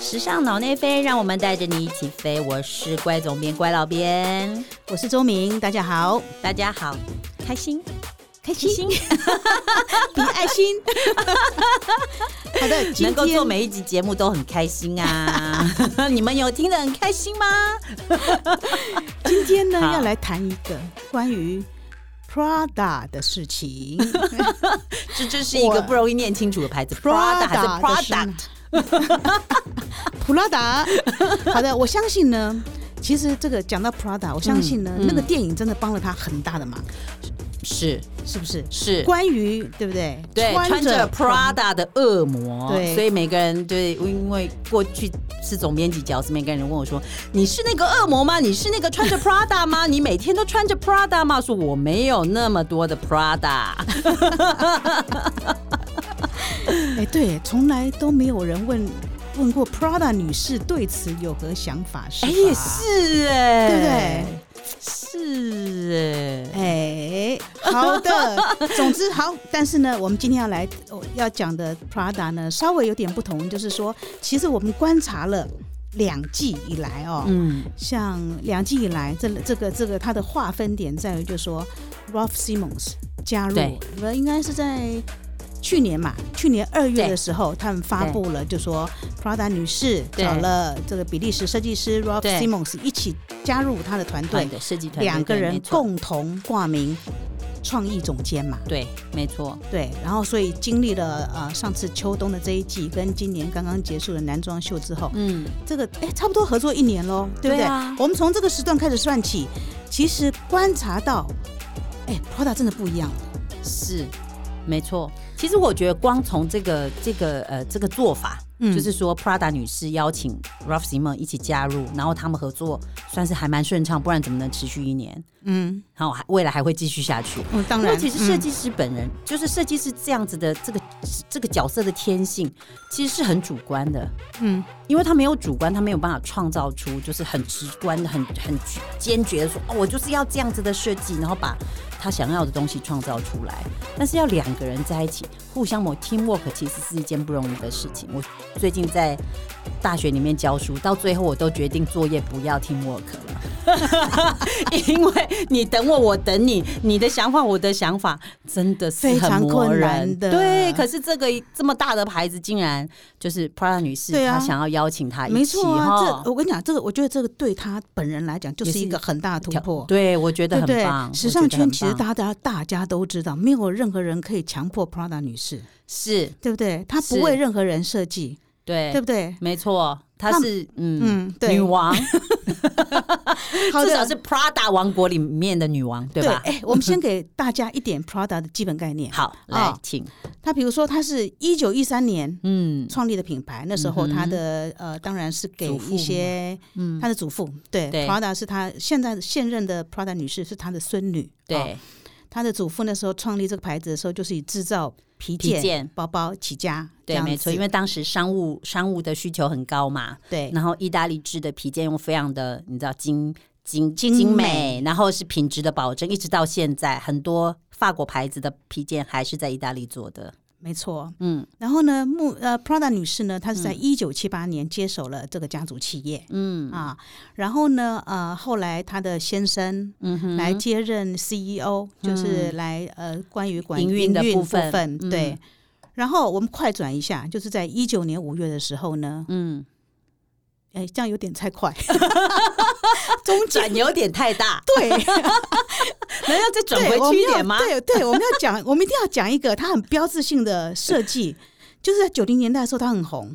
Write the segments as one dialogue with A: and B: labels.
A: 时尚脑内飞，让我们带着你一起飞。我是乖总编乖老编，
B: 我是周明，大家好，
A: 大家好，开心
B: 开
A: 开心，
B: 比爱 心。好的，今
A: 能够
B: 天
A: 做每一集节目都很开心啊！ 你们有听得很开心吗？
B: 今天呢，
A: 好
B: 要来谈一个关于 Prada 的事情。
A: 这这是一个
B: 我
A: 不容易念清楚的牌子，Prada 还是 Prada？
B: 普拉达。好的，我相信呢。其实这个讲到 Prada，我相信呢，
A: 嗯嗯
B: 那个电影真的帮了他很大的忙，
A: 是
B: 是不是？
A: 是。
B: 关于对不对？
A: 对，穿着 Prada 的恶魔，
B: 对
A: 所以每个人对，因为过去是总编辑角色，每个人问我说：“你是那个恶魔吗？你是那个穿着 Prada 吗？你每天都穿着 Prada 吗？”我说我没有那么多的 Prada，
B: 哎，对，从来都没有人问问过 Prada 女士对此有何想法是？
A: 哎，也，是哎，
B: 对不对？
A: 是哎，
B: 哎，好 的，总之好，但是呢，我们今天要来哦要讲的 Prada 呢，稍微有点不同，就是说，其实我们观察了两季以来哦，
A: 嗯，
B: 像两季以来，这这个这个它的划分点在于，就是说 Ralph Simmons 加入
A: 对，
B: 呃，应该是在去年嘛，去年二月
A: 对
B: 的时候，他们发布了，就说 Prada 女士
A: 对
B: 找了这个比利时设计师 Ralph
A: 对
B: Simmons 一起加入他的团队
A: 团，队设计团队
B: 两个人
A: 没错
B: 共同挂名创意总监嘛。
A: 对，没错，
B: 对，然后所以经历了呃上次秋冬的这一季跟今年刚刚结束的男装秀之后，
A: 嗯，
B: 这个哎，差不多合作一年喽，对不
A: 对
B: 对？
A: 啊
B: 我们从这个时段开始算起，其实观察到，哎，Prada 真的不一样了。
A: 是，没错。其实我觉得光从这个这个呃这个做法，
B: 嗯
A: 就是说 Prada 女士邀请 Ralph Simon 一起加入，然后他们合作算是还蛮顺畅，不然怎么能持续一年？
B: 嗯，
A: 然后还未来还会继续下去。
B: 嗯，当
A: 因为
B: 然，嗯
A: 其实设计师本人、就是设计师这样子的这个这个角色的天性，其实是很主观的。
B: 嗯，
A: 因为他没有主观，他没有办法创造出就是很直观的、很很坚决的说，哦，我就是要这样子的设计，然后把他想要的东西创造出来。但是要两个人在一起互相磨 teamwork，其实是一件不容易的事情。我最近在大学里面教书，到最后我都决定作业不要 teamwork 了， 因为你等我，我等你，你的想法，我的想法，真的是
B: 非
A: 很
B: 常
A: 磨
B: 困
A: 人
B: 难的
A: 对，可是这个这么大的牌子，竟然就是 Prada 女士，
B: 对啊
A: 她想要邀请她
B: 嗯
A: 一
B: 没
A: 起
B: 错啊
A: 哈，
B: 这我跟你讲，这个我觉得这个对他本人来讲就
A: 也
B: 是
A: 是
B: 一个很大的突
A: 挑
B: 破。
A: 对我觉得
B: 对不
A: 很
B: 对
A: 棒。？
B: 时
A: 我觉得
B: 尚圈
A: 很
B: 其实
A: 棒
B: 大家大家都知道，没有任何人可以强迫 Prada 女士，
A: 是
B: 对不对？她
A: 是
B: 不为任何人设计，
A: 对，
B: 对 不对？
A: 没错，她
B: 她
A: 是嗯。
B: 嗯，对
A: 女，王，
B: 好
A: 至
B: 的
A: 少是 Prada 王国里面的女王，对
B: 对。
A: 吧？
B: 哎，我们先给大家一点 Prada 的基本概念。
A: 好，来
B: 哦，
A: 请，
B: 它比如说，它是一九一三年
A: 嗯，
B: 创立的品牌，那时候他的、呃，当然是给
A: 祖父嗯
B: 一些他的祖父，对
A: 对
B: Prada 是他现在现任的 Prada 女士是他的孙女，哦
A: 对，
B: 他的祖父那时候创立这个牌子的时候，就是以制造皮
A: 皮
B: 件、
A: 件
B: 包包起家，这
A: 对，
B: 样
A: 没错，
B: 子
A: 因为当时商务商务的需求很高嘛，
B: 对
A: 然后意大利制的皮件用非常的，你知道精精
B: 精
A: 美，然后是品质的保证，一直到现在，很多法国牌子的皮件还是在意大利做的。
B: 没错，
A: 嗯
B: 然后呢，穆呃 Prada 女士呢，她是在一九七八年接手了这个家族企业、
A: 嗯
B: 啊，然后呢，呃，后来她的先生
A: 嗯哼，
B: 来接任 CEO，、就是来呃关于管
A: 营运的部分嗯
B: 对。然后我们快转一下，就是在一九年五月的时候呢，
A: 嗯，
B: 哎，这样有点 太快，
A: 中转有点太 大，
B: 对，
A: 能要再转
B: 对
A: 回
B: 我
A: 去
B: 们
A: 一
B: 要
A: 点吗？
B: 对对，我们要讲，我们一定要讲一个它很标志性的设计，就是在九零年代的时候它很红，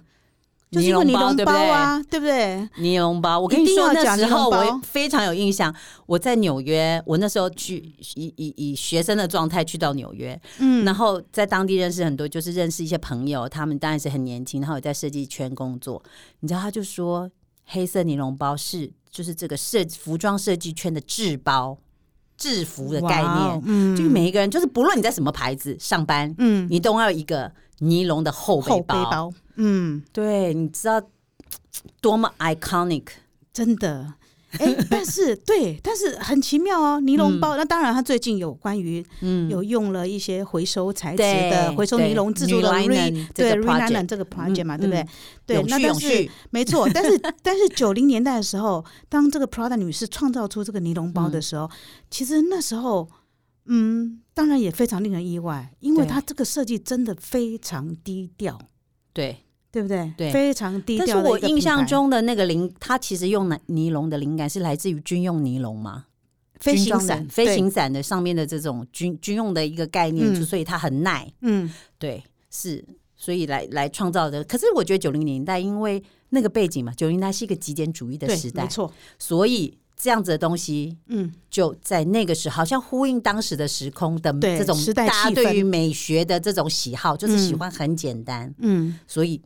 B: 就是因为
A: 尼
B: 尼
A: 龙包
B: 龙
A: 对不
B: 包
A: 对
B: 啊，对不对？
A: 尼龙包，我跟你
B: 一定
A: 说，
B: 要
A: 那
B: 讲
A: 时候
B: 尼龙包
A: 我非常有印象。我在纽约，我那时候去以以以学生的状态去到纽约，
B: 嗯，
A: 然后在当地认识很多，就是认识一些朋友，他们当然是很年轻，然后也在设计圈工作。你知道，他就说黑色尼龙包是就是这个设服装设计圈的制包制服的概
B: 哇哦
A: 念，
B: 嗯，
A: 就是每一个人，就是不论你在什么牌子上班，
B: 嗯
A: 你都要有一个尼龙的后背
B: 后背
A: 包。
B: 包，嗯，
A: 对，你知道多么 iconic。
B: 真的。哎、 但是对，但是很奇妙哦，尼龙包。那当然，它最近有关于
A: 嗯，
B: 有用了一些回收材质
A: 对
B: 的回收
A: 对
B: 尼龙制作的
A: New
B: re
A: Linen 这
B: 对
A: 个
B: r e n a
A: project
B: n a n 这个 project 嘛，
A: 嗯
B: 对不对
A: 嗯？
B: 对，
A: 永
B: 那
A: 续
B: 但
A: 永
B: 是
A: 续，
B: 没错，但是但是九零年代的时候，当这个 Prada 女士创造出这个尼龙
A: 嗯
B: 包的时候，其实那时候，嗯，当然也非常令人意外，因为
A: 对
B: 它这个设计真的非常低调，
A: 对。
B: 对不对？
A: 对
B: 非常低
A: 但是
B: 调的一
A: 我
B: 个
A: 印
B: 品
A: 象
B: 牌
A: 中的那个灵，它其实用尼龙的灵感是来自于军用尼龙嘛，
B: 飞
A: 军
B: 行
A: 装
B: 伞，
A: 的飞
B: 对，
A: 行伞的上面的这种军军用的一个概念，
B: 嗯
A: 就所以它很耐，
B: 嗯，
A: 对，是，所以来来创造的。可是我觉得九零年代因为那个背景嘛，九零年代是一个极简主义的
B: 对
A: 时，代
B: 没，错，
A: 所以这样子的东西
B: 嗯，
A: 就在那个时候，好像呼应当时的时空的
B: 对
A: 这种
B: 时代
A: 大家
B: 气
A: 对于
B: 氛
A: 美学的这种喜好，就是喜欢很简单，
B: 嗯，
A: 所以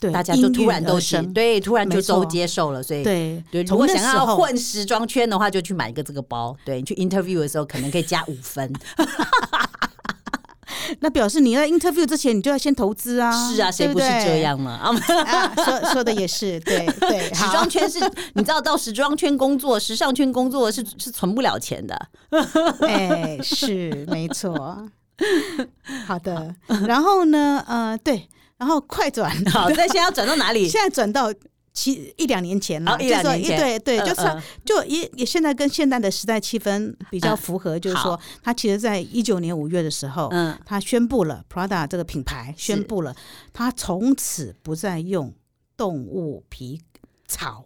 B: 对，
A: 大家
B: 应
A: 就突
B: 运
A: 然都
B: 而
A: 喜
B: 生
A: 对，突然
B: 没
A: 就
B: 错
A: 都接受了，所以。
B: 对
A: 对，如
B: 从
A: 果
B: 那
A: 想
B: 时
A: 要
B: 候
A: 混时装圈的话，就去买一个这个包。对你去 interview 的时候，可能可以加五分。
B: 那表示你在 interview 之前，你就要先投资 啊。
A: 是啊，谁
B: 对
A: 不是
B: 对
A: 这？样呢？啊，
B: 啊，说说的也是，对对。
A: 时
B: 好
A: 装圈是，你知道到时装圈工作、时尚圈工作是是存不了钱的。
B: 哎，是没错。好的， 然后呢？呃，对，然后 快转，
A: 好，那现在要转到哪里？
B: 现在转到。七一两年前了，
A: 哦一
B: 就
A: 两
B: 是说
A: 年前
B: 对对，
A: 嗯
B: 就是哦
A: 嗯
B: 就也也现在跟现在的时代气氛比较
A: 嗯
B: 符合，就是说
A: 好，
B: 他其实在一九年五月的时候，
A: 嗯，
B: 他宣布了 Prada 这个品牌宣布了，他从此不再用动物皮草，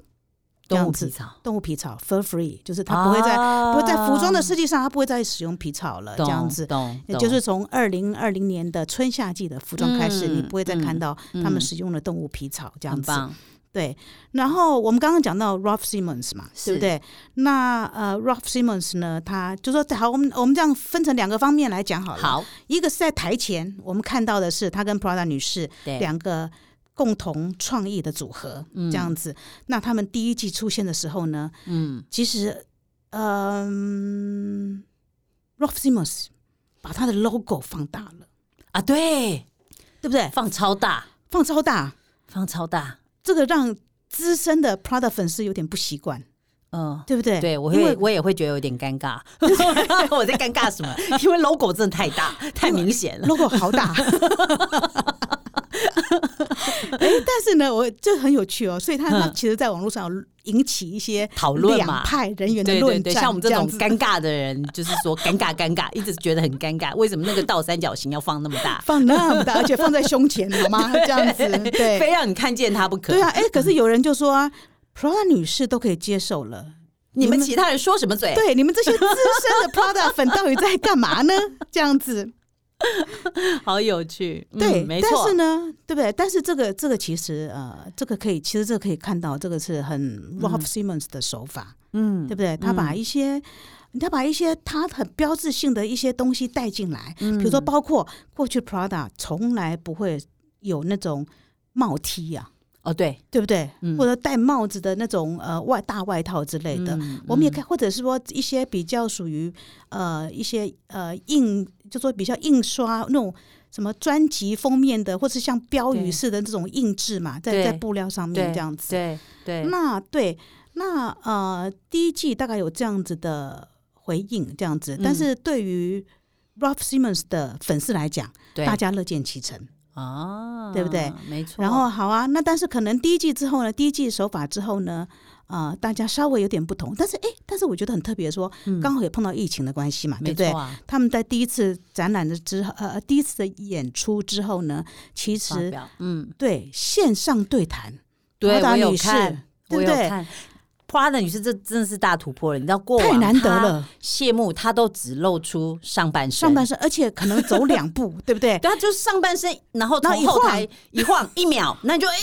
B: 这
A: 动
B: 样
A: 物
B: 子
A: 皮草，
B: 动物皮草 fur free，就是他不会在、不会在服装的设计上，他不会再使用皮草了，这
A: 啊懂
B: 样子。
A: 懂，
B: 也就
A: 懂
B: 是从二零二零年的春夏季的服装开始，
A: 嗯
B: 你不会再看到
A: 嗯
B: 他们使用了动物皮草这样
A: 很
B: 子。
A: 棒。
B: 对，然后我们刚刚讲到 Ralph Simmons 嘛，对
A: 是
B: 不对？那呃，Ralph Simmons 呢，他就说好，我们我们这样分成两个方面来讲好了。
A: 好，
B: 一个是在台前，我们看到的是他跟 Prada 女士
A: 对，
B: 两个共同创意的组合，
A: 嗯
B: 这样子。那他们第一季出现的时候呢，
A: 嗯，
B: 其实，嗯、r a l p h Simmons 把他的 logo 放大了，
A: 啊，对，
B: 对不对？
A: 放超大，
B: 放超大，
A: 放超大，
B: 这个让资深的 Prada 粉丝有点不习惯，
A: 嗯。
B: 对不对？
A: 对，我
B: 因为
A: 会我也会觉得有点尴 尬， 我在尴尬什么？因为 logo 真的太大，太明显了。
B: logo 好大。哎，但是呢，我就很有趣哦，所以他他
A: 嗯
B: 其实，在网络上有引起一些
A: 讨论嘛
B: 两派人员的
A: 对
B: 论
A: 对
B: 战，
A: 对，像我们这
B: 样
A: 种
B: 子
A: 尴尬的人，就是说尴尬尴尬，一直觉得很尴尬。为什么那个倒三角形要放那么大？
B: 放 那么大，而且放在胸前，好吗？这样子，对
A: 非让你看见它不可。
B: 对啊，哎，可是有人就说啊，Prada 女士都可以接受了。
A: 你们
B: 你们
A: 其他人说什么嘴？
B: 对，你们这些资深的 Prada 粉到底在干嘛呢？这样子，
A: 好有趣，嗯
B: 对，
A: 没
B: 但
A: 错
B: 是，呢，对不对？但是这个这个其实呃，这个可以，其实这个可以看到，这个是很 Ralph Simmons 的手法，
A: 嗯
B: 对不对？他把一些、他把一些他很标志性的一些东西带进来，比
A: 嗯
B: 如说包括过去 Prada 从来不会有那种帽 T 呀、
A: 哦，对，
B: 对不对？
A: 嗯
B: 或者戴帽子的那种呃外大外套之类的，
A: 嗯
B: 我们也
A: 嗯
B: 看，或者是说一些比较属于呃一些呃印，就说比较印刷那种什么专辑封面的，或是像标语
A: 对
B: 似的这种印制嘛，在
A: 对
B: 在布料上面
A: 对
B: 这样子。
A: 对对，
B: 那对，那呃第一季大概有这样子的回应，这样子，但
A: 嗯
B: 是对于 Ralph Simmons 的粉丝来讲，
A: 对
B: 大家乐见其成。
A: 啊，
B: 对不对？
A: 没错。
B: 然后好啊，那但是可能第一季之后呢，第一季手法之后呢，呃，大家稍微有点不同，但是哎，但是我觉得很特别说，
A: 嗯
B: 刚好也碰到疫情的关系嘛，对
A: 没
B: 不对
A: 错？啊，
B: 他们在第一次展览的之后，呃，第一次的演出之后呢，其
A: 发
B: 实
A: 表嗯，
B: 对线上对谈，
A: 对
B: 达
A: 我有
B: 女士
A: 看，
B: 对
A: 我
B: 不
A: 有
B: 对？
A: 看。花的女士，这真的是大突破了！你知道过往
B: 太难得
A: 她
B: 了，
A: 谢幕，她都只露出上半身，
B: 上半身，而且可能走两步， 对不对？
A: 对，她啊就是上半身，然后
B: 然后
A: 从
B: 一
A: 后
B: 晃
A: 台一晃一 秒，那你就哎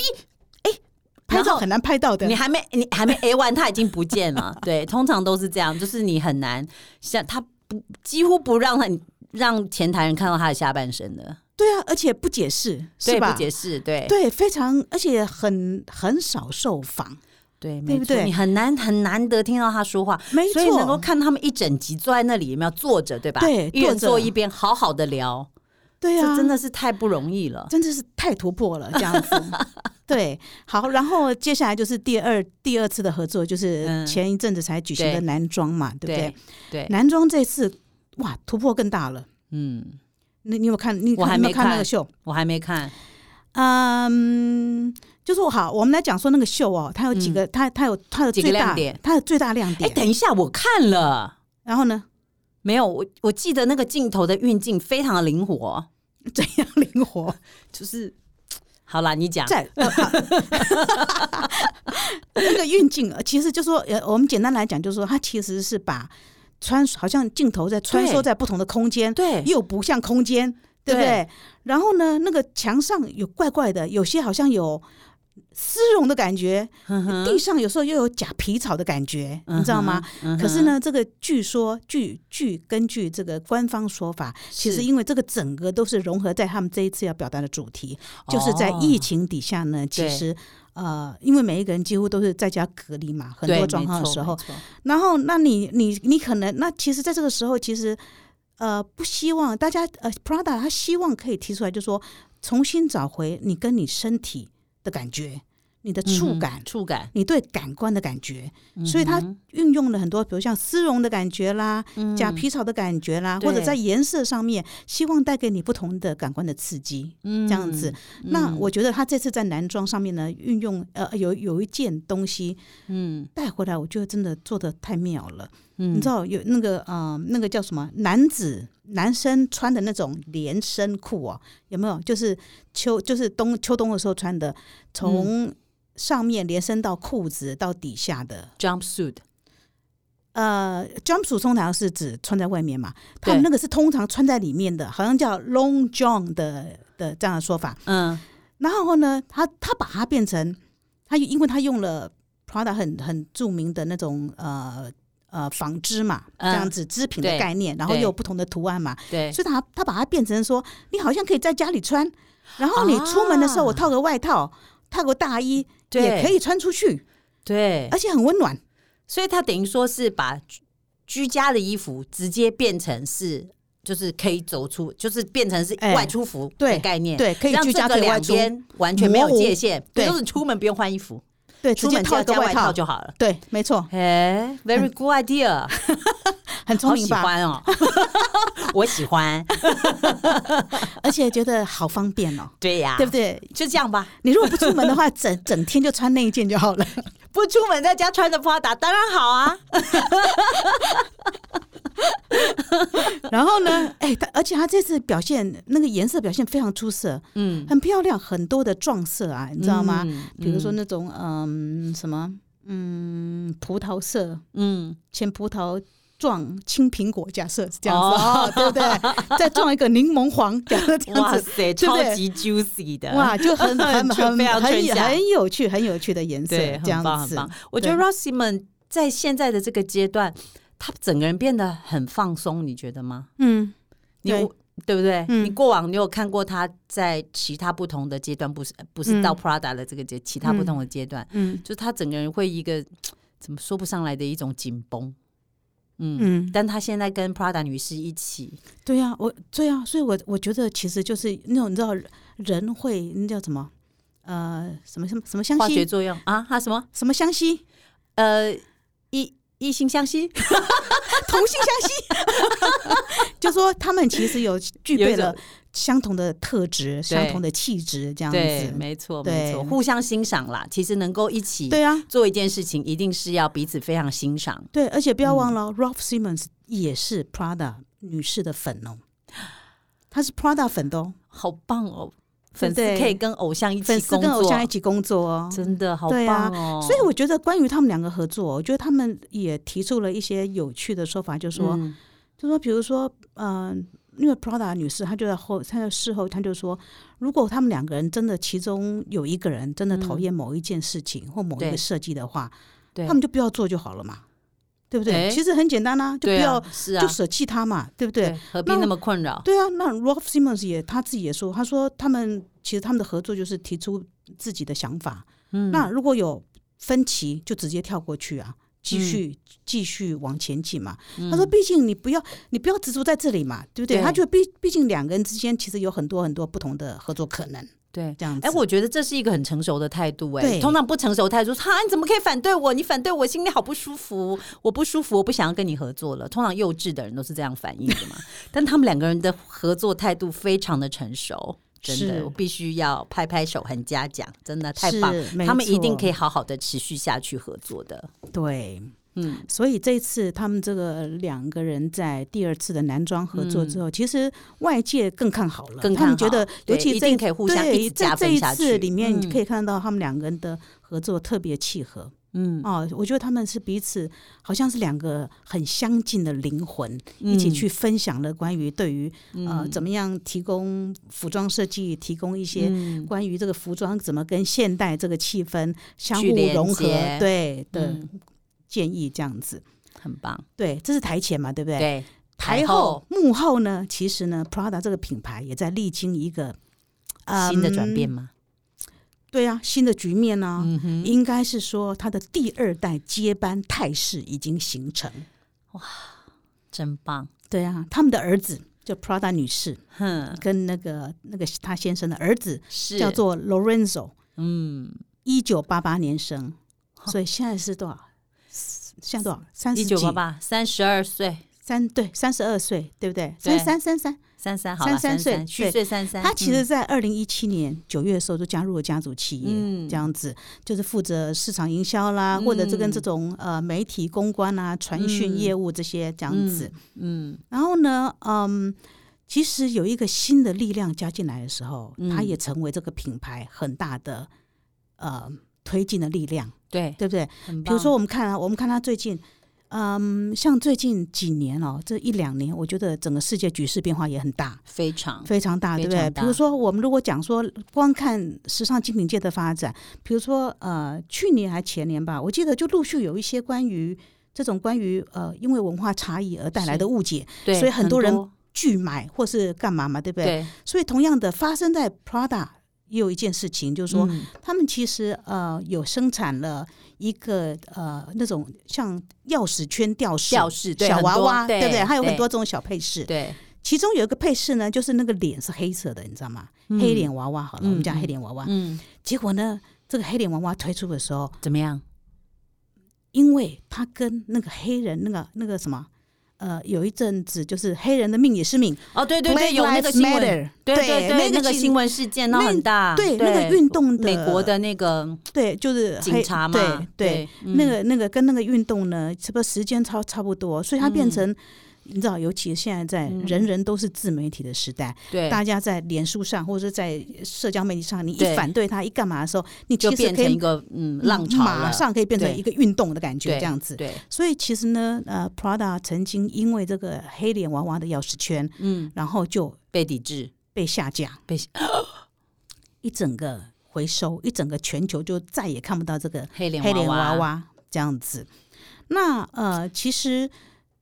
B: 拍
A: 然
B: 照
A: 后
B: 很难拍到的
A: 你，还没你还没 A one，它已经不见了。 对，通常都是这样，就是你很难像他不几乎不让他让前台人看到他的下半身的，
B: 对啊，而且不解释，是
A: 对，不
B: 吧？
A: 解释，对
B: 对，非常，而且很很少受访，
A: 对，
B: 对
A: 没
B: 不
A: 错，
B: 对
A: 你很难很难得听到他说话。
B: 没
A: 所以能够
B: 错，
A: 看他们一整集坐在那里，有没有坐着，对吧？
B: 对
A: 一人
B: 坐着
A: 坐一边，好好的聊。
B: 对啊，
A: 这真的是太不容易了。
B: 真的是太突破了，这样 子。对，好，然后接下来就是第二第二次的合作，就是
A: 嗯
B: 前一阵子才举行的
A: 对
B: 男装嘛，对不对？
A: 对，
B: 男装这次哇，突破更大了。
A: 嗯，
B: 你你有看？你有
A: 我还
B: 看你有
A: 没
B: 看那
A: 看
B: 个秀？
A: 我还没看，
B: 嗯，就是我好，我们来讲说那个秀哦，它有几个，它它有它的
A: 嗯几个
B: 最大
A: 亮点，
B: 它的最大亮
A: 哎，
B: 点。
A: 等一下，我看了。
B: 然后 呢，
A: 没有，我我记得那个镜头的运镜非常的灵活，
B: 怎样灵活？
A: 就是好啦，你讲，
B: 在、呃好 那个运镜，呃其实就说呃，我们简单来讲，就是说它其实是把穿好像镜头在穿梭
A: 对
B: 在不同的空间，
A: 对
B: 又不像空间，对不对？
A: 对
B: 然后呢，那个墙上有怪怪的，有些好像有丝绒的感觉，
A: 嗯哼
B: 地上有时候又有假皮草的感觉，
A: 嗯哼
B: 你知道吗？
A: 嗯哼
B: 可是呢，这个据说据据根据这个官方说法，其实
A: 是
B: 因为这个整个都是融合在他们这一次要表达的主题，就是在疫情底下呢，其
A: 哦对
B: 实呃，因为每一个人几乎都是在家隔离嘛，很多
A: 对
B: 状况的
A: 没错
B: 时候
A: 没，错
B: 然后那你你你可能那其实在这个时候，其实呃不希望大家呃 Prada 他希望可以提出来，就说重新找回你跟你身体的感觉，你的触
A: 嗯
B: 感。
A: 触感，
B: 你对感官的感觉，所以它
A: 嗯
B: 运用了很多，比如像丝绒的感觉啦、
A: 哼
B: 假皮草的感觉啦，
A: 嗯对
B: 或者在颜色上面，希望带给你不同的感官的刺激，这
A: 这
B: 样子。，
A: 嗯
B: 那我觉得他这次在男装上面呢，运用呃有有一件东西
A: 嗯
B: 带回来，我觉得真的做的太妙了。
A: 嗯
B: 你知道有那个呃那个叫什么男子男生穿的那种连身裤哦，有没有？就是秋就是冬秋冬的时候穿的，从
A: 嗯
B: 上面连身到裤子到底下的。
A: 嗯 jumpsuit
B: 呃，jumpsuit 通常是指穿在外面嘛，他
A: 对
B: 们那个是通常穿在里面的，好像叫 long john 的的这样的说法。
A: 嗯
B: 然后呢，他他把它变成，他因为他用了 Prada 很很著名的那种呃呃纺织嘛，这
A: 嗯
B: 样子织品的
A: 对
B: 概念，然后又
A: 对
B: 有不同的图案嘛，
A: 对
B: 所以他他把它变成说，你好像可以在家里穿，然后你出门的时候，
A: 啊
B: 我套个外套，套个大衣
A: 对
B: 也可以穿出去，
A: 对
B: 而，且很温暖。
A: 啊所以它等于说是把居居家的衣服直接变成是就是可以走出，就是变成是
B: 哎
A: 外出服
B: 对
A: 的概念，
B: 对可以
A: 让
B: 居
A: 这
B: 家
A: 个
B: 可以外
A: 两
B: 出
A: 边完全没有
B: 模糊
A: 界限，
B: 对哎
A: 就是出门不用换衣服，
B: 对，直
A: 出
B: 接
A: 门就
B: 套一个
A: 加外
B: 套
A: 套就好了。
B: 对，没错，
A: 哎，very good idea，
B: 很聪
A: 好
B: 明
A: 喜
B: 吧？
A: 欢哦， 我喜欢，
B: 而且觉得好方便 哦，
A: 对呀，
B: 对不？对？
A: 就这样吧，
B: 你如果不出门的话，整整天就穿那一件 就好了。
A: 不出门在家穿着 Prada 当然好啊，
B: 然后呢，哎、他而且他这次表现那个颜色表现非常出色，
A: 嗯，
B: 很漂亮，很多的撞色啊，你
A: 你
B: 知道吗？？比如说那种嗯什么嗯葡萄色、
A: 嗯，
B: 浅葡萄撞青苹果，假设是这样子，
A: 哦
B: 哦、 对不对？再撞一个柠檬黄，假设这样
A: 哇
B: 子。
A: 塞，
B: 对不
A: 超
B: 对
A: 级 juicy 的，
B: 哇，就很很
A: 就
B: 很
A: 非常
B: 很
A: 春
B: 有
A: 夏
B: 很有趣，很有趣的颜色
A: 对，，
B: 这样
A: 很棒，
B: 子
A: 很棒。我觉得 Rosimon 在现在的这个阶段，他整个人变得很放松，你觉得吗？
B: 嗯，
A: 你
B: 对
A: 对不对？
B: 嗯
A: 你过往你有看过他在其他不同的阶段，不是不是到
B: 嗯
A: Prada 的这个阶，其他不同的阶段，
B: 嗯
A: 就他整个人会一个怎么说不上来的一种紧绷，嗯。
B: 嗯，
A: 但他现在跟 Prada 女士一起，
B: 对呀、我对呀、所以我我觉得其实就是那种你知道人会那叫什么呃什么什么什么相
A: 化学
B: 吸
A: 作用啊，他什么
B: 什么相吸
A: 呃异异性相吸，
B: 同性相吸， 就说他们其实有
A: 有
B: 具
A: 一
B: 备了
A: 种
B: 相同的特质、相
A: 对
B: 同的气质这样
A: 对，
B: 子。
A: 没错，
B: 对
A: 没错，互相欣赏啦。其实能够一起
B: 对啊，
A: 做一件事情，一定是要彼此非常欣赏。
B: 对，而且不要
A: 嗯
B: 忘了、r a l p h Simmons 也是 Prada 女士的粉哦，她是 Prada 粉的哦，
A: 好棒哦！粉丝
B: 对不对
A: 可以跟偶像一起
B: 粉丝
A: 工
B: 跟
A: 作
B: 偶像一起工作哦，
A: 真的好
B: 对啊
A: 棒哦！
B: 所以我觉得，关于他们两个合作，我觉得他们也提出了一些有趣的说法，就说，
A: 嗯
B: 就说，比如说，嗯、因为 Prada 女士，她就在后，她在事后，她就说，如果他们两个人真的其中有一个人真的讨厌某一件事情或某一个
A: 嗯对
B: 设计的话，
A: 对
B: 他们就不要做就好了嘛，对不对？
A: 哎
B: 其实很简单啊，就不
A: 对
B: 要、
A: 啊，是啊，
B: 就舍弃他嘛，对不对？
A: 对，何必那么困扰？
B: 对啊，那 Ralph Simmons 也他自己也说，他说他们其实他们的合作就是提出自己的想法，
A: 嗯
B: 那如果有分歧，就直接跳过去啊，继
A: 嗯
B: 续、继续往前进嘛。他说，毕竟你不要你不要执着在这里嘛，对不对？
A: 对
B: 他觉得毕毕竟两个人之间其实有很多很多不同的合作可能，
A: 对。
B: 这样子。
A: 哎，我觉得这是一个很成熟的态度、哎，
B: 对
A: 通常不成熟的态度，哈，你怎么可以反对我？你反对我，心里好不舒服，我不舒服，我不想要跟你合作了。通常幼稚的人都是这样反应 的嘛。但他们两个人的合作态度非常的成熟，真
B: 是
A: 的，我必须要拍拍手，很嘉奖，真的太
B: 是
A: 棒，
B: 没
A: 他们一定
B: 错
A: 可以好好的持续下去合作的。
B: 对，
A: 嗯，
B: 所以这一次他们这个两个人在第二次的男装合作之后，其实外界更看好了，
A: 嗯更
B: 他们
A: 看
B: 觉得
A: 好，
B: 尤
A: 对
B: 其
A: 一
B: 这
A: 定可以互相
B: 对
A: 一直
B: 在
A: 加
B: 这
A: 分
B: 一
A: 下
B: 次
A: 去
B: 里面，你
A: 嗯
B: 可以看到他们两个人的合作特别契合。
A: 嗯，
B: 哦，我觉得他们是彼此好像是两个很相近的灵魂，
A: 嗯
B: 一起去分享了关于对于、呃怎么样提供服装设计，提供一些
A: 嗯
B: 关于这个服装怎么跟现代这个气氛相
A: 去
B: 互
A: 连
B: 融合
A: 接，
B: 对的
A: 嗯
B: 建议这样子。
A: 很棒，
B: 对，这是台前嘛，对不对？
A: 对，
B: 台
A: 台后
B: 幕后呢，其实呢，Prada 这个品牌也在历经一个、呃
A: 新的转变，嘛，
B: 对啊，新的局面呢、
A: 嗯哼，
B: 应该是说，它的第二代接班态势已经形成。
A: 真棒，
B: 对啊，他们的儿子就 Prada 女士
A: 哼，
B: 跟那个那个她先生的儿子
A: 是
B: 叫做 Lorenzo，
A: 嗯，
B: 一九八八年生，所以现在是多少？现在多少？三十
A: 一九八八，三十二岁，
B: 三对三十二岁，对不对？啊
A: 对
B: 三三三三。
A: 三三好了，
B: 33
A: 三
B: 岁对
A: 虚岁三三，
B: 他其实，在二零一七年九月的时候就加入了家族企业，
A: 嗯
B: 这样子就是负责市场营销啦，
A: 嗯
B: 或者这跟这种呃媒体公关啊、传讯
A: 嗯
B: 业务这些这样子。
A: 嗯
B: 然后呢，嗯，其实有一个新的力量加进来的时候，
A: 嗯
B: 它也成为这个品牌很大的呃推进的力量，
A: 嗯，对，
B: 对不对？
A: 很
B: 比如
A: 棒
B: 说，我们看啊，我们看他最近。嗯，像最近几年哦，这一两年，我觉得整个世界局势变化也很大。
A: 非常，
B: 非常大，
A: 非
B: 对
A: 常
B: 不对？
A: 大
B: 比如说，我们如果讲说光看时尚精品界的发展，比如说呃，去年还前年吧，我记得就陆续有一些关于这种关于呃，因为文化差异而带来的误解，
A: 对，
B: 所以很
A: 很
B: 多人拒买或是干嘛嘛，对不对？
A: 对
B: 所以同样的发生在 Prada 也有一件事情，就是说、
A: 嗯
B: 他们其实呃有生产了一个呃那种像钥匙圈吊饰。
A: 吊饰对
B: 小
A: 很
B: 娃
A: 多
B: 娃，
A: 对
B: 不对？还有很多这种小配饰，
A: 对，
B: 其中有一个配饰呢，就是那个脸是黑色的，你知道吗？
A: 嗯
B: 黑脸娃娃好了，
A: 嗯
B: 我们讲黑脸娃娃。
A: 嗯，
B: 结果呢，这个黑脸娃娃推出的时候，
A: 怎么样？
B: 因为它跟那个黑人那个那个什么，呃，有一阵子就是黑人的命也是命，
A: 哦，对对
B: Black
A: 对，有那个
B: Lives
A: 新闻，
B: Matter，
A: 对
B: 对
A: 对
B: 那
A: 对，
B: 个
A: 那个
B: 新
A: 新闻事件闹很大，
B: 对那个运动的
A: 美国的那个
B: 对，就是黑
A: 警察嘛，
B: 对对，
A: 嗯
B: 那个那个跟那个运动呢，差不多时间差差不多，所以它变成。你知道，尤其现在在
A: 嗯
B: 人人都是自媒体的时代，
A: 对
B: 大家在脸书上或者在社交媒体上，你一
A: 对
B: 反对他，一干嘛的时候，你
A: 就
B: 其实
A: 变
B: 可
A: 成
B: 以
A: 一个嗯
B: 嗯
A: 浪潮
B: 马
A: 了
B: 上可以变成
A: 对
B: 一个运动的感觉，
A: 对
B: 这样子。
A: 对，
B: 所以其实呢，呃，Prada 曾经因为这个黑脸娃娃的钥匙圈，
A: 嗯，
B: 然后就
A: 被抵制，
B: 被下架，
A: 被下
B: 一整个回收，一整个全球就再也看不到这个
A: 黑脸
B: 黑脸
A: 娃，
B: 娃娃这样子。那呃，其实。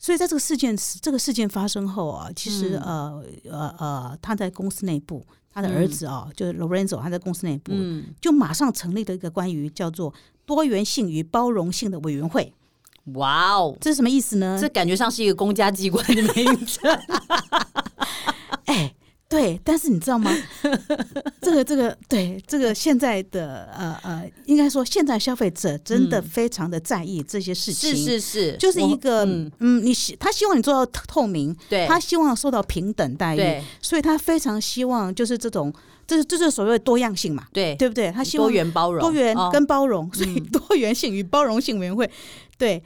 B: 所以，在这个事件这个事件发生后啊，其
A: 嗯
B: 实、呃呃呃，他在公司内部，他的儿子啊，就是 Lorenzo，他在公司内部、
A: 嗯，
B: 就马上成立了一个关于叫做多元性与包容性的委员会。
A: 哇哦，
B: 这是什么意思呢？
A: 这感觉上是一个公家机关的名 字，
B: 哎，对，但是你知道吗？这个这个对这个现在的呃呃，应该说现在消费者真的非常的在意这些事情，
A: 嗯是是是，
B: 就是一
A: 我
B: 个嗯
A: 嗯
B: 你希他希望你做到透透明，
A: 对，
B: 他希望受到平等待遇，
A: 对
B: 所以他非常希望就是这种，这是这就是所谓的多样性嘛，
A: 对
B: 对不对？他希望
A: 多元包容，
B: 多元
A: 哦
B: 跟包容，所以多元性与包容性委员会，对。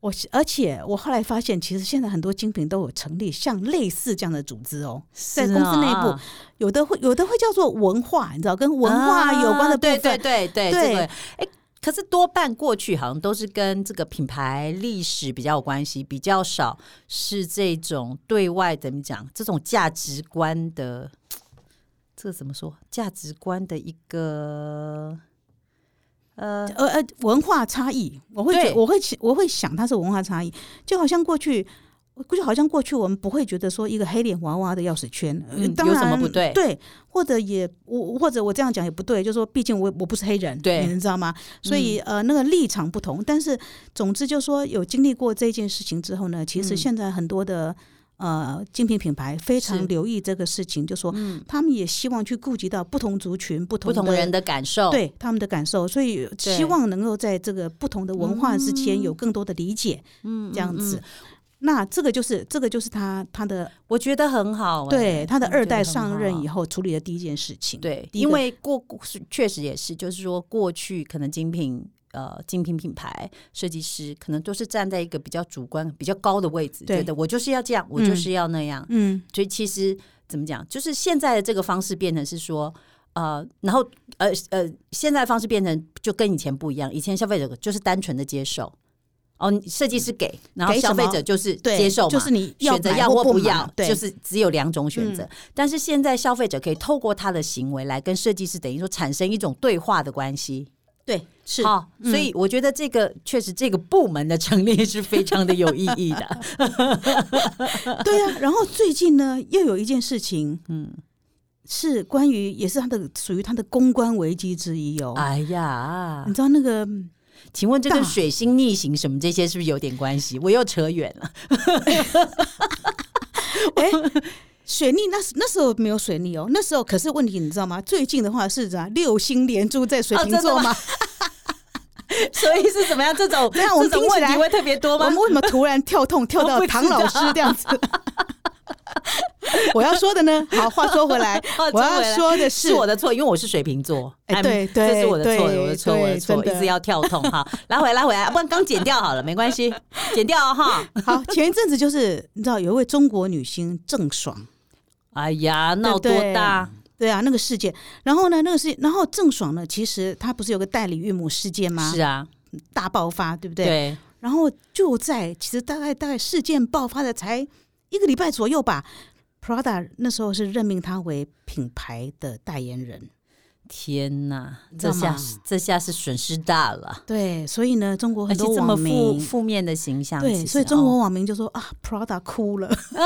B: 我而且我后来发现，其实现在很多精品都有成立像类似这样的组织哦，在公司内部，
A: 是啊
B: 有的会有的会叫做文化，你知道，跟文化有关的
A: 啊
B: 部
A: 对
B: 分，
A: 对对对，
B: 对
A: 这个哎。可是多半过去好像都是跟这个品牌历史比较有关系，比较少是这种对外怎么讲这种价值观的，这个怎么说？价值观的一个呃，
B: 呃呃，文化差异，我会觉
A: 对
B: 我会我会想它是文化差异，就好像过去我估计好像过去我们不会觉得说一个黑脸娃娃的钥匙圈，呃
A: 嗯
B: 当
A: 有
B: 然
A: 什么不对
B: 对，或者也我或者我这样讲也不对，就是说，毕竟我我不是黑人，
A: 对嗯
B: 你知道吗？所以、呃，那个立场不同，但是总之就是说，有经历过这件事情之后呢，其实
A: 嗯
B: 现在很多的。呃，精品品牌非
A: 是嗯
B: 常留意这个事情，就说、他们也希望去顾及到不同族群、不同
A: 不同人的感受，，
B: 对他们的感受，所以
A: 对
B: 希望能够在这个不同的文化之间有更多的理解，嗯，这样子。那这个就是这个就是他他的
A: 我觉得很好、欸，
B: 对他的
A: 我觉得
B: 二代
A: 很
B: 上任
A: 好
B: 以后处理的第一件事情，
A: 对，
B: 第一
A: 因
B: 个
A: 为过是确实也是，就是说过去可能精品呃精品品牌设计师可能都是站在一个比较主观、比较高的位置，
B: 对
A: 觉得我就是要这样，我就是要那样。
B: 嗯，
A: 所以其实怎么讲，就是现在的这个方式变成是说。呃，然后呃呃，现在的方式变成就跟以前不一样，以前消费者就是单纯的接受，哦，你设计师给，然后
B: 给什
A: 消费
B: 么
A: 者就是
B: 对，
A: 接受嘛，
B: 就是你要
A: 选择
B: 买
A: 要
B: 或
A: 不
B: 买
A: 要，
B: 对，嗯
A: 就是只有两种选择。但是现在消费者可以透过他的行为来跟设计师等于说产生一种对话的关系。
B: 对是嗯
A: 好、所以我觉得这个确实这个部门的成立是非常的有意义的。
B: 对啊。然后最近呢，又有一件事情，嗯
A: 嗯。
B: 是关于，也是他的属于他的公关危机之一 哦。
A: 哎呀
B: 你，知道那个
A: 请问这跟
B: 大
A: 水星逆行什么这些是不是有点关系？我又扯远 了。
B: 哎 水逆那时那时候没有水逆哦，那时候可是问题你知道吗？最近的话是啥？六星连珠在水
A: 哦
B: 瓶
A: 真的
B: 座
A: 吗
B: 吗？
A: 所以是怎么样？这 种
B: 这样我们
A: 这种
B: 听起
A: 问题
B: 来
A: 会特别多
B: 我
A: 吗
B: 们？为什么突然跳痛跳到
A: 我不知道
B: 唐老师这样子？ 我要说的呢，好，话说回来
A: ，哦
B: 我
A: 说
B: 要
A: 回来
B: 说的
A: 是
B: 是，
A: 我的错，因为我是水瓶座。
B: 哎
A: I'm-
B: 对
A: 这是
B: 对
A: 我的错，
B: 对
A: 我的错，
B: 对
A: 我的错，
B: 真
A: 一
B: 的
A: 直要跳痛哈，拉回来，拉回来，不然刚剪掉好了，没关系，剪掉哦哈。
B: 好，前一阵子就是你知道有一位中国女星郑爽，
A: 哎呀，闹多
B: 对不对
A: 大？
B: 对啊，那个事件，然后呢，那个事，然后郑爽呢，其实她不是有个代理孕母事件吗？
A: 是啊，
B: 大爆发，对不对？
A: 对，
B: 然后就在其实大概大概事件爆发的才一个礼拜左右吧，Prada 那时候是任命她为品牌的代言人。
A: 天哪，
B: 知
A: 这
B: 道
A: 下
B: 吗
A: 这下是损失大了，
B: 对，所以呢，中国
A: 而
B: 很
A: 且
B: 多
A: 这么
B: 网
A: 负
B: 民
A: 负面的形象，
B: 对，
A: 其实
B: 所以中 国
A: 哦
B: 网民就说、啊，Prada 哭 了。
A: 啊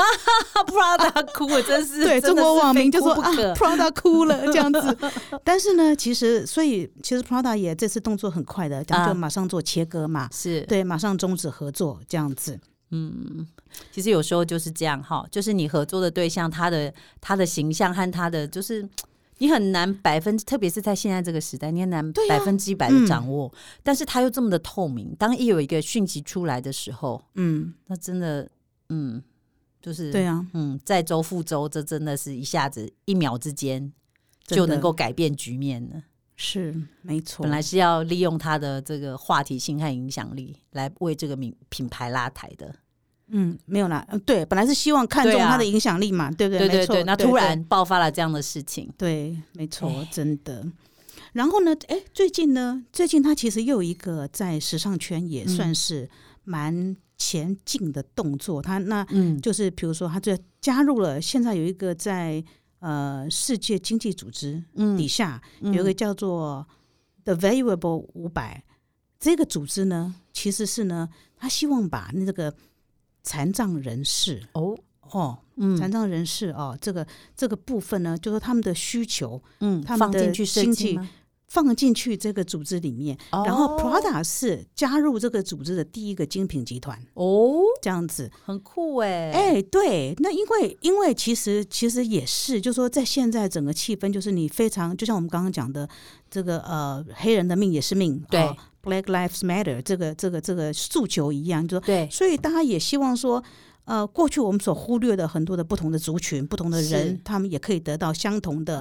A: ，Prada 哭，我真是
B: 对，
A: 真
B: 中
A: 的
B: 国
A: 是
B: 网
A: 非
B: 民就
A: 哭
B: 说
A: 不
B: 啊
A: 可
B: ，Prada 哭 了这样子。但是呢，其实所以其实 Prada 也这次动作很快的，讲
A: 啊
B: 就马上做切割嘛，
A: 是
B: 对，马上终止合作这样子。
A: 其实有时候就是这样哈，就是你合作的对象，他的他的形象和他的就是。你很难百分，特别是在现在这个时代，你很难
B: 对啊嗯
A: 百分之一百的掌握。但是他又这么的透明，当一有一个讯息出来的时候，
B: 嗯，
A: 那真的，嗯，就是
B: 对，啊，
A: 嗯，载舟覆舟，这真的是一下子一秒之间
B: 真的哦
A: 就能够改变局面了。
B: 是没错。
A: 本来是要利用他的这个话题性和影响力来为这个名品牌拉抬的，
B: 嗯，没有啦，呃对，本来是希望看中
A: 对啊
B: 他的影响力嘛，对不对？
A: 对
B: 没
A: 对
B: 错
A: 对。那
B: 对
A: 突然爆发了这样的事情，
B: 对，对没错
A: 哎，
B: 真的。然后呢，哎，最近呢，最近他其实又有一个在时尚圈也
A: 嗯
B: 算是蛮前进的动作，他那
A: 嗯，
B: 就是比如说，他就加入了现在有一个在呃世界经济组织底
A: 嗯，
B: 下、
A: 嗯
B: 有一个叫做 The Valuable 五百这个组织呢，其实是呢，他希望把那个残障人士
A: 哦，
B: 哦，残
A: 嗯
B: 障人士哦，这个这个部分呢，就说他们的需求
A: 嗯，
B: 他们
A: 放
B: 的
A: 进去设
B: 经
A: 计
B: 济
A: 吗，
B: 放进去这个组织里面，然后
A: 哦
B: Prada 是加入这个组织的第一个精品集团，
A: 哦，
B: 这样子。
A: 很酷哎，
B: 哎、对，那因为因为其实其实也是，就说在现在整个气氛，就是你非常就像我们刚刚讲的这个呃，黑人的命也是命，
A: 对
B: 哦 Black Lives Matter 这个这个这个诉求一样，就说，
A: 对，
B: 所以大家也希望说。呃，过去我们所忽略的很多的不同的族群、不同的
A: 是
B: 人，他们也可以得到相同的、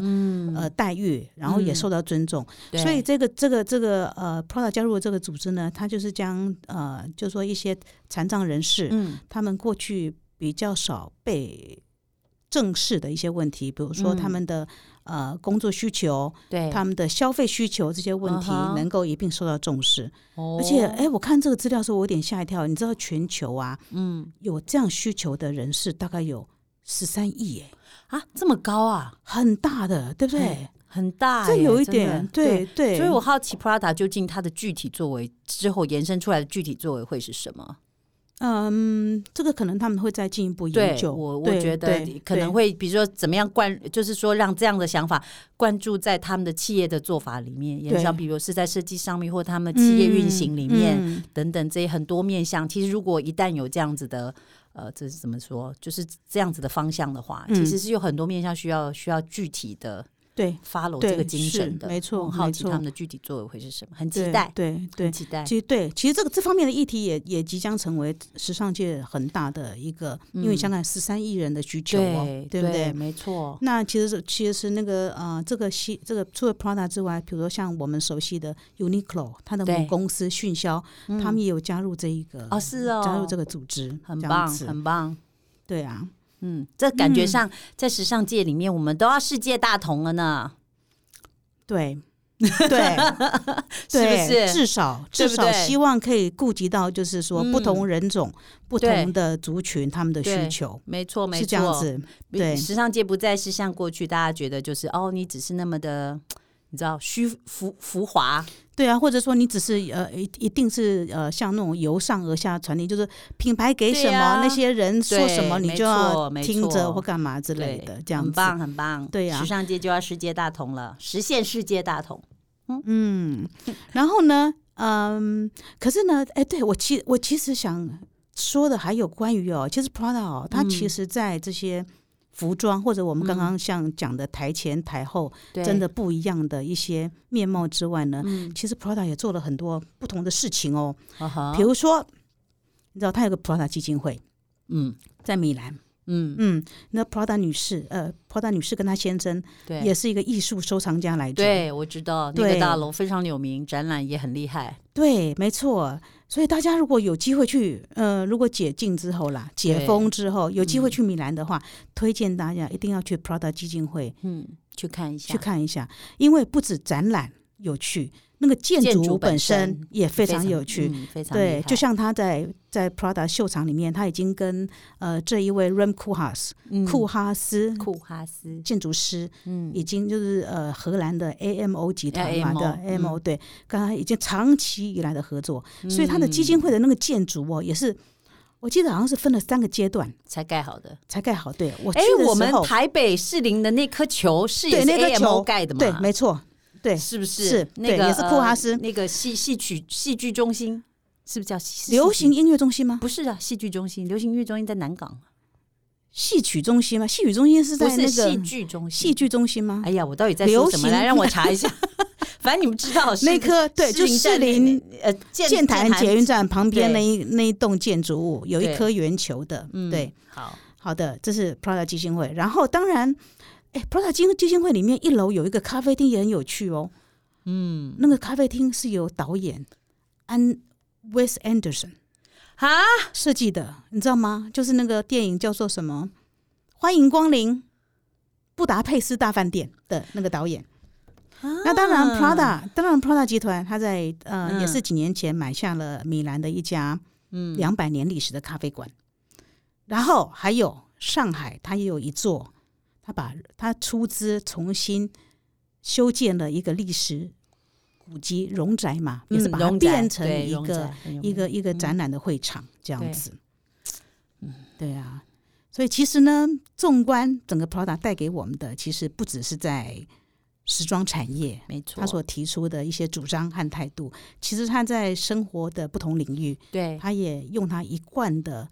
B: 呃待遇，然后也
A: 嗯
B: 受到尊重。
A: 对
B: 所以这个这个这个呃，Prada 加入的这个组织呢，它就是将呃，就说一些残障人士，
A: 嗯，
B: 他们过去比较少被正视的一些问题，比如说
A: 嗯
B: 他们的、呃工作需求、
A: 对，
B: 他们的消费需求这些问题
A: 嗯哼
B: 能够一并受到重视。
A: 而
B: 而且，
A: 哦
B: 哎、我看这个资料的时候，我有点吓一跳。你知道全球啊，
A: 嗯
B: 有这样需求的人士大概有十三亿，哎，
A: 啊，这么高啊，
B: 很大的，对不对
A: 哎？很大耶，
B: 这有一
A: 真的
B: 点，对。对，
A: 所以我好奇 Prada 究竟它的具体作为之后延伸出来的具体作为会是什么？
B: 嗯，这个可能他们会再进一步
A: 对
B: 研，究。
A: 我我
B: 对
A: 觉得
B: 对
A: 可能
B: 对
A: 会，比如说怎么样灌，就是说让这样的想法灌注在他们的企业的做法里面，也
B: 对
A: 像比如是在设计上面或他们企业运行里面、
B: 嗯嗯
A: 等等这些很多面向。其实如果一旦有这样子的。呃，这是怎么说？就是这样子的方向的话，
B: 嗯
A: 其实是有很多面向需要需要具体的
B: 对
A: follow
B: 对
A: 这个精神的。
B: 是没错
A: 我很好
B: 没
A: 奇
B: 错
A: 他们的具体作为会是什么，很
B: 对
A: 期待，
B: 对对
A: 很。期待。
B: 其实对，其实这个这方面的议题也也即将成为时尚界很大的一个，因为
A: 嗯
B: 想想十三亿人的需求哦，
A: 对
B: 对不对？
A: 没错。
B: 那其实是其实是那个呃，这个西这个除了 Prada 之外，比如说像我们熟悉的 Uniqlo，它的
A: 对
B: 母公司迅销，他们也有加入这一个
A: 嗯哦，是哦，
B: 加入这个组织，
A: 很
B: 这样
A: 棒，
B: 子
A: 很棒。
B: 对啊，
A: 嗯，这感觉上、在时尚界里面，我们都要世界大同了呢。
B: 对对，
A: 是不
B: 对
A: 是
B: 至少
A: 对
B: 至
A: 不
B: 少
A: 对嗯
B: 希望可以顾及到，就是说不同人种、不
A: 对
B: 同的族群他们的
A: 对
B: 需求。
A: 没错，没错，
B: 是这样子，
A: 比
B: 对
A: 时尚界不再是像过去大家觉得就是哦，你只是那么的，你知道虚浮浮华，
B: 对啊，或者说你只是呃，一一定是呃，像那种由上而下传递，就是品牌给
A: 对
B: 什么，
A: 啊
B: 那些人说什么，
A: 对
B: 你
A: 没
B: 就
A: 错
B: 要
A: 没
B: 听
A: 错
B: 着或干嘛之类
A: 对
B: 的，这样
A: 很
B: 子。
A: 棒，很棒。
B: 对呀
A: 时尚界就要世界大同了，实现世界大同。
B: 嗯，然后呢，嗯，可是呢，哎，对我其我其实想说的还有关于哦，其实 Prada 哦，它
A: 嗯
B: 其实在这些服装、或者我们刚刚像讲的台前台后、
A: 对，
B: 真的，不一样的一些面貌之外呢，
A: 嗯，
B: 其实 Prada 也做了很多不同的事情哦，
A: 呵呵
B: 比如说，你知道它有个 Prada 基金会。
A: 嗯
B: 在米兰，
A: 嗯，
B: 嗯，那 Prada 女士，呃，Prada 女士跟她先生
A: 对，
B: 也是一个艺术收藏家来着，
A: 对，我知道那个
B: 对
A: 大楼非常有名，展览也很厉害。
B: 对，没错。所以大家如果有机会去，呃，如果解禁之后啦，解
A: 对嗯
B: 封之后有机会去米兰的话，推荐大家一定要去 Prada 基金会
A: 嗯，去看一下，
B: 去看一下，因为不止展览有趣，那个建
A: 建筑
B: 筑
A: 本
B: 本
A: 身
B: 身也非常有趣。
A: 嗯非常厉
B: 对，
A: 害
B: 就像他在在 Prada 秀场里面，他已经跟呃这一位 Rem Koolhaas、
A: 嗯
B: 库哈斯
A: 库哈斯，
B: 建筑师，
A: 嗯，
B: 已经就是呃荷兰的 AMO 集团嘛
A: AMO
B: 的
A: 嗯
B: AMO 对，跟他已经长期以来的合作，所以他的基
A: 嗯
B: 金会的那个建筑哦，也是我记得好像是分了三个阶段
A: 嗯才盖好的。
B: 才盖好。对我去
A: 哎，
B: 的
A: 我
B: 时
A: 们
B: 候，
A: 台北士林的那颗球是也
B: 对
A: 是
B: 那颗
A: AMO
B: 球
A: 盖的嘛？
B: 对，没错，对，
A: 是不是？
B: 是
A: 那
B: 对
A: 个
B: 也是
A: 呃
B: 库哈斯
A: 那个戏戏曲戏剧中心，是不是叫戏戏
B: 流
A: 剧
B: 行音乐中心吗？
A: 不是啊，戏剧中心，流行音乐中心在南港，
B: 戏曲中心吗？戏曲中心是
A: 不
B: 在
A: 是
B: 那
A: 戏
B: 个
A: 剧中心。
B: 戏剧中心吗？
A: 哎呀，我到底在说什么？
B: 流行
A: 来让我查一下。 反正你们知道是
B: 那颗对，就
A: 士
B: 士
A: 林
B: 林
A: 站那呃建
B: 建潭捷运站旁边
A: 对
B: 那一那一栋建筑物有
A: 对
B: 一颗圆球的，
A: 嗯
B: 对，
A: 好
B: 好的，这是 Prada 基金会。然后当然，哎，Prada 基金基金会里面一楼有一个咖啡厅也很有趣哦。嗯，那个咖啡厅是由导演安 Wes Anderson
A: 啊，
B: 设计的，你知道吗？就是那个电影叫做什么《欢迎光临布达佩斯大饭店》的那个导演。
A: 啊
B: 那当然，Prada，当然，Prada 集团，它在呃、
A: 嗯
B: 也是几年前买下了米兰的一家
A: 嗯
B: 两百年历史的咖啡馆，然后还有上海，它也有一座，它把它出资重新修建了一个历史古迹荣宅嘛，也是把它
A: 嗯
B: 变成一，
A: 荣宅
B: 个
A: 对荣宅
B: 一个一个
A: 嗯
B: 展览的会场这
A: 对
B: 样子。对啊，所以其实呢，纵观整个 Prada 带给我们的，其实不只是在时装产业，
A: 没错，
B: 他所提出的一些主张和态度，其实他在生活的不同领域，
A: 对
B: 他也用他一贯的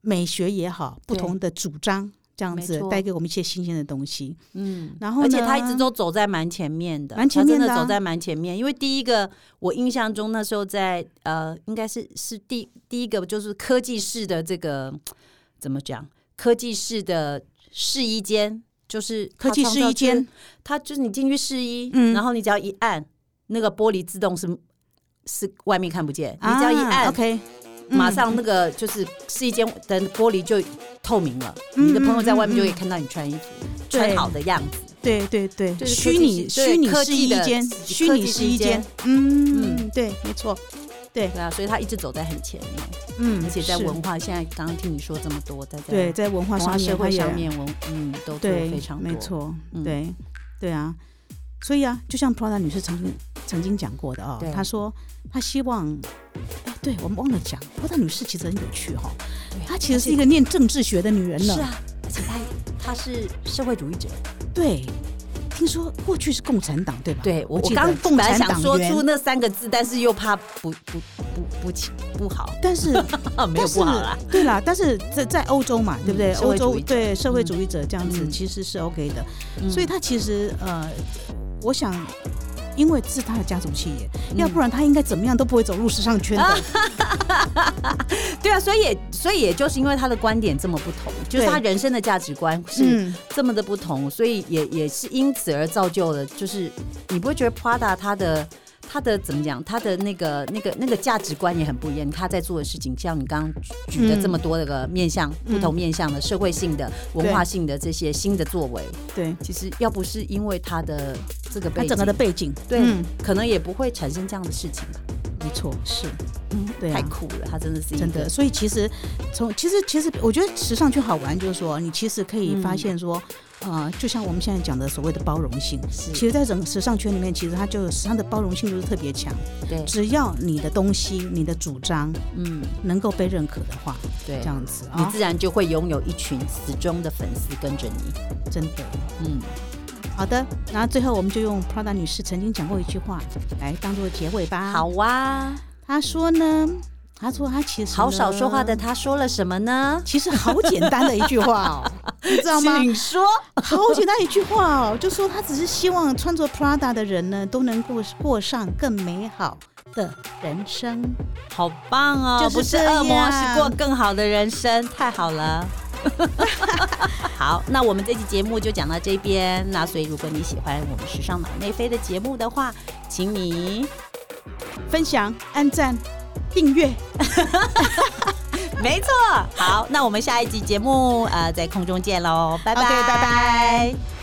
B: 美学也好，不
A: 对
B: 同的主张。这样
A: 没
B: 子
A: 错
B: 带给我们一些新鲜的东西，
A: 嗯，
B: 然后
A: 而且
B: 呢
A: 他一直都走在蛮前面的，
B: 蛮前面的
A: 他真
B: 啊
A: 的走在蛮前面。因为第一个，我印象中那时候在呃，应该是是第第一个就是科技式的这个怎么讲，科技式的试衣间，就是
B: 科技试衣间，
A: 它就是你进去试衣，
B: 嗯
A: 然后你只要一按，那个玻璃自动是是外面看不见，你只要一
B: 啊
A: 按，
B: ，OK，嗯
A: 马上那个就是试衣间的玻璃就透明了，
B: 嗯
A: 你的朋友在外面就可以
B: 嗯嗯嗯
A: 看到你穿衣服，
B: 对
A: 穿好的样子。
B: 对对对，
A: 就是科技
B: 虚拟
A: 是对
B: 虚拟
A: 科
B: 试
A: 技
B: 衣
A: 的
B: 间，
A: 科技
B: 虚拟
A: 试
B: 试
A: 衣
B: 衣间
A: 间，
B: 嗯，对，没错，
A: 对啊，所以他一直走在很前面，
B: 嗯，
A: 而且在
B: 是
A: 文化，现在刚刚听你说这么多，在
B: 对在文化
A: 文
B: 上
A: 化
B: 面，
A: 社会
B: 它也
A: 上面文嗯都做
B: 对，
A: 得非常多，
B: 没，错，
A: 嗯
B: 对，对啊，所以啊，就像 Prada 女士曾经曾经讲过的哦
A: 对，
B: 她说她希望，哎对我们忘了讲，波大女士其实很有趣哈、她其实是一个念政治学的女人了。
A: 是啊，而且他他是社会主义者，
B: 对，听说过去是共产党对吧？
A: 对我
B: 记得
A: 刚
B: 共
A: 本来
B: 产
A: 想
B: 党
A: 说
B: 员
A: 出那三个字，但是又怕不不不不起不好，
B: 但是
A: 啊，没有
B: 但是
A: 不好啦。
B: 对啦，但是在在欧洲嘛，对不对？
A: 嗯社
B: 欧
A: 会主
B: 洲
A: 义者
B: 对社会主义者这样子
A: 嗯
B: 其实是 OK 的，
A: 嗯
B: 所以他其实呃，我想。因为是他的家族企业，
A: 嗯啊
B: 要不然他应该怎么样都不会走入时尚圈的。
A: 对啊，所以也所以也就是因为他的观点这么不同，就是
B: 对
A: 他人生的价值观是
B: 嗯，
A: 这么的不同，所以也也是因此而造就了，就是你不会觉得 Prada 它的。它的怎么讲？它的那个、那个、那个价值观也很不一样。他在做的事情，像你刚刚举的
B: 嗯
A: 这么多的个面向、不同面向的社会性的、文化性的这些新的作为，
B: 对，
A: 其实要不是因为他的这个背
B: 他
A: 景，
B: 整个的背景，
A: 对、
B: 嗯
A: 可能也不会产生这样的事情吧。
B: 没错，是
A: 嗯，
B: 对啊
A: 太酷了，他真的是一个
B: 真的，所以其实从其实其实我觉得时尚圈好玩，就是说你其实可以
A: 嗯
B: 发现说，呃，就像我们现在讲的所谓的包容性，
A: 是
B: 其实，在整个时尚圈里面，其实它就它的包容性就是特别强。
A: 对，
B: 只要你的东西、你的主张
A: 嗯，
B: 能够被认可的话，
A: 对
B: 这，样子
A: 你
B: 啊、
A: 自然就会拥有一群死忠的粉丝跟着你。
B: 真的
A: 嗯，
B: 好的。然后最后我们就用 Prada 女士曾经讲过一句话来当做结尾吧。，
A: 好啊，
B: 她说呢，她说她其实呢
A: 好少说话的，他说了什么呢？
B: 其实好简单的一句话 哦，你知道吗？
A: 请说。
B: 好简单一句话哦，就说他只是希望穿着 Prada 的人呢，都能过过上更美好的人生。
A: 好棒哦，
B: 就是
A: 不是
B: 这样
A: 恶魔，是过更好的人生，太好 了。好，那我们这期节目就讲到这边。那所以，如果你喜欢我们时尚脑内飞的节目的话，请你
B: 分享、按赞、订阅，
A: 没错。好，那我们下一集节目呃在空中见喽，拜拜
B: OK，拜拜。